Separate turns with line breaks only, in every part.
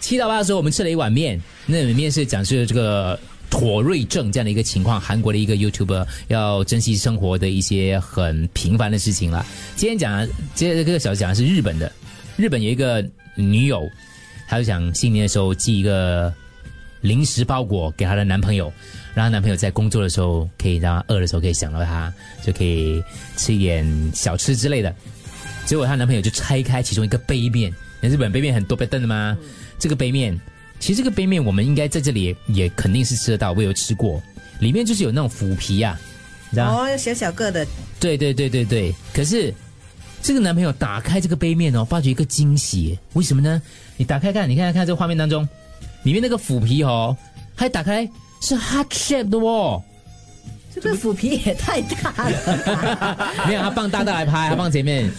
七到八的时候，我们吃了一碗面，那碗面是讲是这个妥瑞症这样的一个情况，韩国的一个 YouTuber 要珍惜生活的一些很平凡的事情啦。今天讲，今天这个小时讲的是日本的，日本有一个女友，她就想新年的时候寄一个零食包裹给她的男朋友，让她男朋友在工作的时候可以让她饿的时候可以想到她，就可以吃一点小吃之类的。结果她男朋友就拆开其中一个杯面，那日本杯面很多杯凳的吗？这个杯面，其实这个杯面我们应该在这里也肯定是吃得到，我有吃过，里面就是有那种腐皮啊，你知道吗？
哦，小小个的，
对对对对对，可是这个男朋友打开这个杯面哦，发觉一个惊喜，为什么呢？你打开看，你看看这个画面当中，里面那个腐皮哦，还打开是 heart shape 的 哦，
这个腐皮也太大了吧，
没有，他放大大来拍，他放前面，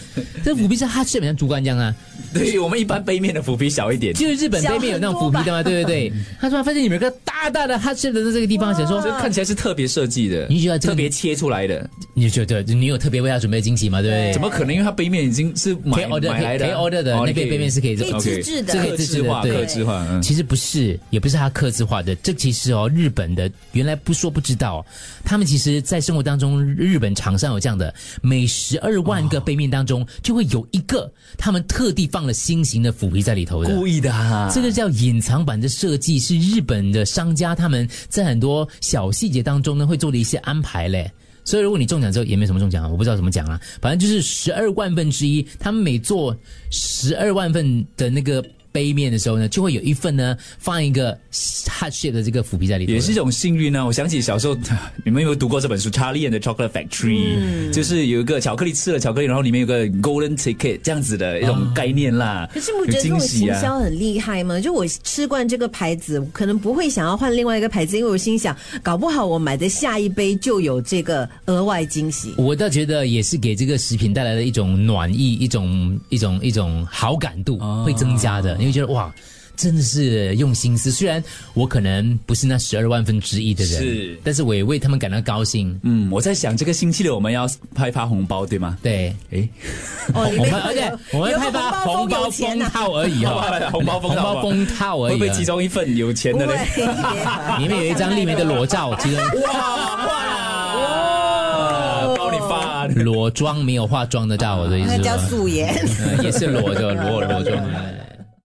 这腐皮是 heart shape，像竹竿这样啊，
对于我们一般杯面的腐皮小一点，
就是日本杯面有那种腐皮的嘛，对 对对，他突然发现里面有个大大的 heart shape 的这个地方，想说
这看起来是特别设计的，
你觉得这个
特别切出来的？
你觉得你有特别为他准备惊喜吗？对不对？
怎么可能？因为它杯面已经是
可以
买
order
买
可以
来的
可以
啊，
order 的
哦
那
你可
杯
以
杯面是可以
可以自
OK
制的
这，个
客制化，
对
客制化，嗯，
其实不是，也不是他克制化的。这其实哦，日本的原来不说不知道，他们其实在生活当中，日本厂商有这样的，每十二万个杯面当中、就会有一个，他们特地放了新型的腐皮在里头的。
故意的啊，
这个叫隐藏版的设计，是日本的商家他们在很多小细节当中呢会做的一些安排嘞。所以如果你中奖之后也没什么中奖啊，我不知道怎么讲啊，反正就是十二万分之一，他们每做十二万份的那个杯面的时候呢，就会有一份呢放一个 hot shape 的这个腐皮在里头的。
也是一种幸运呢、我想起小时候，你们有没有读过这本书《Charlie and the Chocolate Factory、就是有一个巧克力吃了巧克力，然后里面有个 golden ticket 这样子的一种概念啦。
嗯可是我觉得这
有
种
惊喜
行
啊。
销很厉害嘛，就我吃惯这个牌子，可能不会想要换另外一个牌子，因为我心想，搞不好我买的下一杯就有这个额外 惊喜。
我倒觉得也是给这个食品带来了一种暖意，一种一种一种好感度
哦
会增加的，你会觉得哇。真的是用心思，虽然我可能不是那十二万分之一的人，
是
但是我也为他们感到高兴。
嗯，我在想这个星期六我们要派发红包，对 吗？
对，
诶，
哦，里
我
面
们而且
有
我们
有
派发
个
红包
有
封
钱啊呐，
套而已 哈，
红包
红
封
包
套，
封套而
会
已
不会
啊，
其中一份有钱
不
的
会啊
嘞？，
里面有一张丽梅的裸照，其中
哇，包你发、
裸妆没有化妆的照，我的意
那
思
叫
是
素颜。
吧，也是裸着裸裸妆。啊